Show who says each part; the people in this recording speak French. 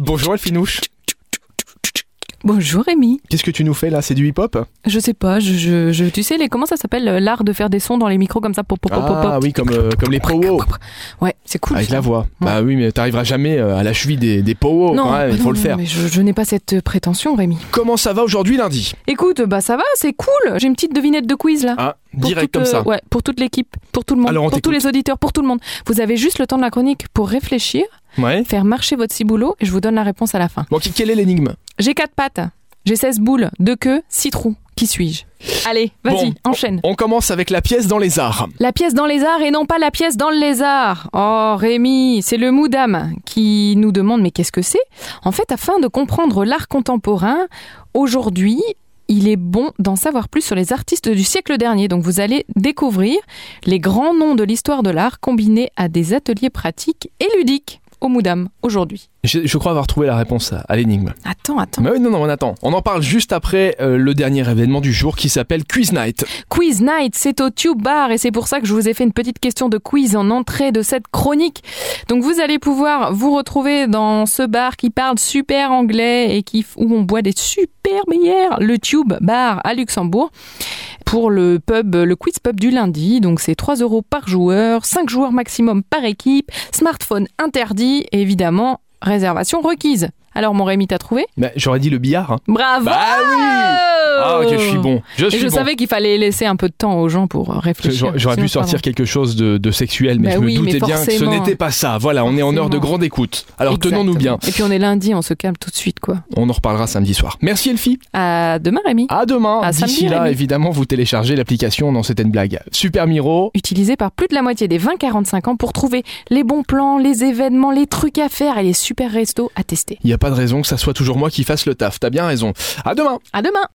Speaker 1: Bonjour Elfinouche.
Speaker 2: Bonjour Rémi.
Speaker 1: Qu'est-ce que tu nous fais là C'est du hip-hop
Speaker 2: Je sais pas, je, je- je- tu sais les comment ça s'appelle euh, l'art de faire des sons dans les micros comme ça pop pop pop pop.
Speaker 1: Ah
Speaker 2: pop.
Speaker 1: oui, comme, euh, comme les powwow.
Speaker 2: Ouais, c'est cool.
Speaker 1: Avec
Speaker 2: ça.
Speaker 1: la voix. Bah oui, mais t'arriveras jamais euh, à la cheville des, des powwow
Speaker 2: Non,
Speaker 1: quand même,
Speaker 2: bah
Speaker 1: il faut
Speaker 2: non,
Speaker 1: le
Speaker 2: non,
Speaker 1: faire.
Speaker 2: Mais je, je n'ai pas cette euh, prétention Rémi.
Speaker 1: Comment ça va aujourd'hui lundi
Speaker 2: Écoute, bah ça va, c'est cool. J'ai une petite devinette de quiz là.
Speaker 1: Ah,
Speaker 2: Pour
Speaker 1: direct
Speaker 2: toute,
Speaker 1: comme ça.
Speaker 2: euh, ouais, pour toute l'équipe, pour tout le monde,
Speaker 1: Alors, on
Speaker 2: pour tous les auditeurs, pour tout le monde. Vous avez juste le temps de la chronique pour réfléchir,
Speaker 1: Ouais.
Speaker 2: faire marcher votre ciboulot et je vous donne la réponse à la fin.
Speaker 1: Bon, qui- quelle est l'énigme
Speaker 2: J'ai quatre pattes, j'ai 16 boules, deux queues, six trous. Qui suis-je Allez, vas-y,
Speaker 1: Bon.
Speaker 2: enchaîne.
Speaker 1: On commence avec la pièce dans les arts.
Speaker 2: La pièce dans les arts et non pas la pièce dans le lézard. Oh Rémi, c'est le moudam qui nous demande mais qu'est-ce que c'est En fait, afin de comprendre l'art contemporain, aujourd'hui, il est bon d'en savoir plus sur les artistes du siècle dernier. Donc vous allez découvrir les grands noms de l'histoire de l'art combinés à des ateliers pratiques et ludiques au moudam aujourd'hui.
Speaker 1: Je, je crois avoir trouvé la réponse à- à l'énigme.
Speaker 2: Attends, attends.
Speaker 1: Mais Bah oui, non, non, on attend. On en parle juste après euh, le dernier événement du jour qui s'appelle Quiz Night.
Speaker 2: Quiz Night, c'est au Tube Bar et c'est pour ça que je vous ai fait une petite question de quiz en entrée de cette chronique. Donc vous allez pouvoir vous retrouver dans ce bar qui parle super anglais et qui, où on boit des super bières, le Tube Bar à Luxembourg. Pour le pub, le quiz pub du lundi, donc c'est 3 euros par joueur, 5 joueurs maximum par équipe, smartphone interdit et évidemment réservation requise. Alors mon Rémi, t'as trouvé
Speaker 1: Bah, J'aurais dit le billard. hein.
Speaker 2: Bravo
Speaker 1: Bah oui Ah, que je suis bon. Je
Speaker 2: et
Speaker 1: suis
Speaker 2: je
Speaker 1: bon.
Speaker 2: savais qu'il fallait laisser un peu de temps aux gens pour
Speaker 1: Je-
Speaker 2: réfléchir.
Speaker 1: j'aurais- J'aurais
Speaker 2: Sinon,
Speaker 1: pu
Speaker 2: c'est pas
Speaker 1: sortir quelque chose de, de sexuel, mais
Speaker 2: Bah
Speaker 1: je me
Speaker 2: oui, mais
Speaker 1: doutais bien que ce
Speaker 2: forcément.
Speaker 1: n'était pas ça. Voilà, on est en heure de
Speaker 2: Forcément.
Speaker 1: grande écoute.
Speaker 2: bon.
Speaker 1: Alors tenons-nous bien.
Speaker 2: Exactement. Et puis on est lundi, on se calme tout de suite, quoi.
Speaker 1: On en reparlera samedi soir. Merci Elfie.
Speaker 2: À demain, Rémi.
Speaker 1: À demain.
Speaker 2: À
Speaker 1: D'ici
Speaker 2: samedi,
Speaker 1: là,
Speaker 2: Rémi.
Speaker 1: évidemment, vous téléchargez l'application dans certaines blagues. Super Miro.
Speaker 2: Utilisé par plus de la moitié des 20-45 ans pour trouver les bons plans, les événements, les trucs à faire et les super restos à tester.
Speaker 1: Il n'y a pas de raison que ça soit toujours moi qui fasse le taf. T'as bien raison. À demain.
Speaker 2: À demain!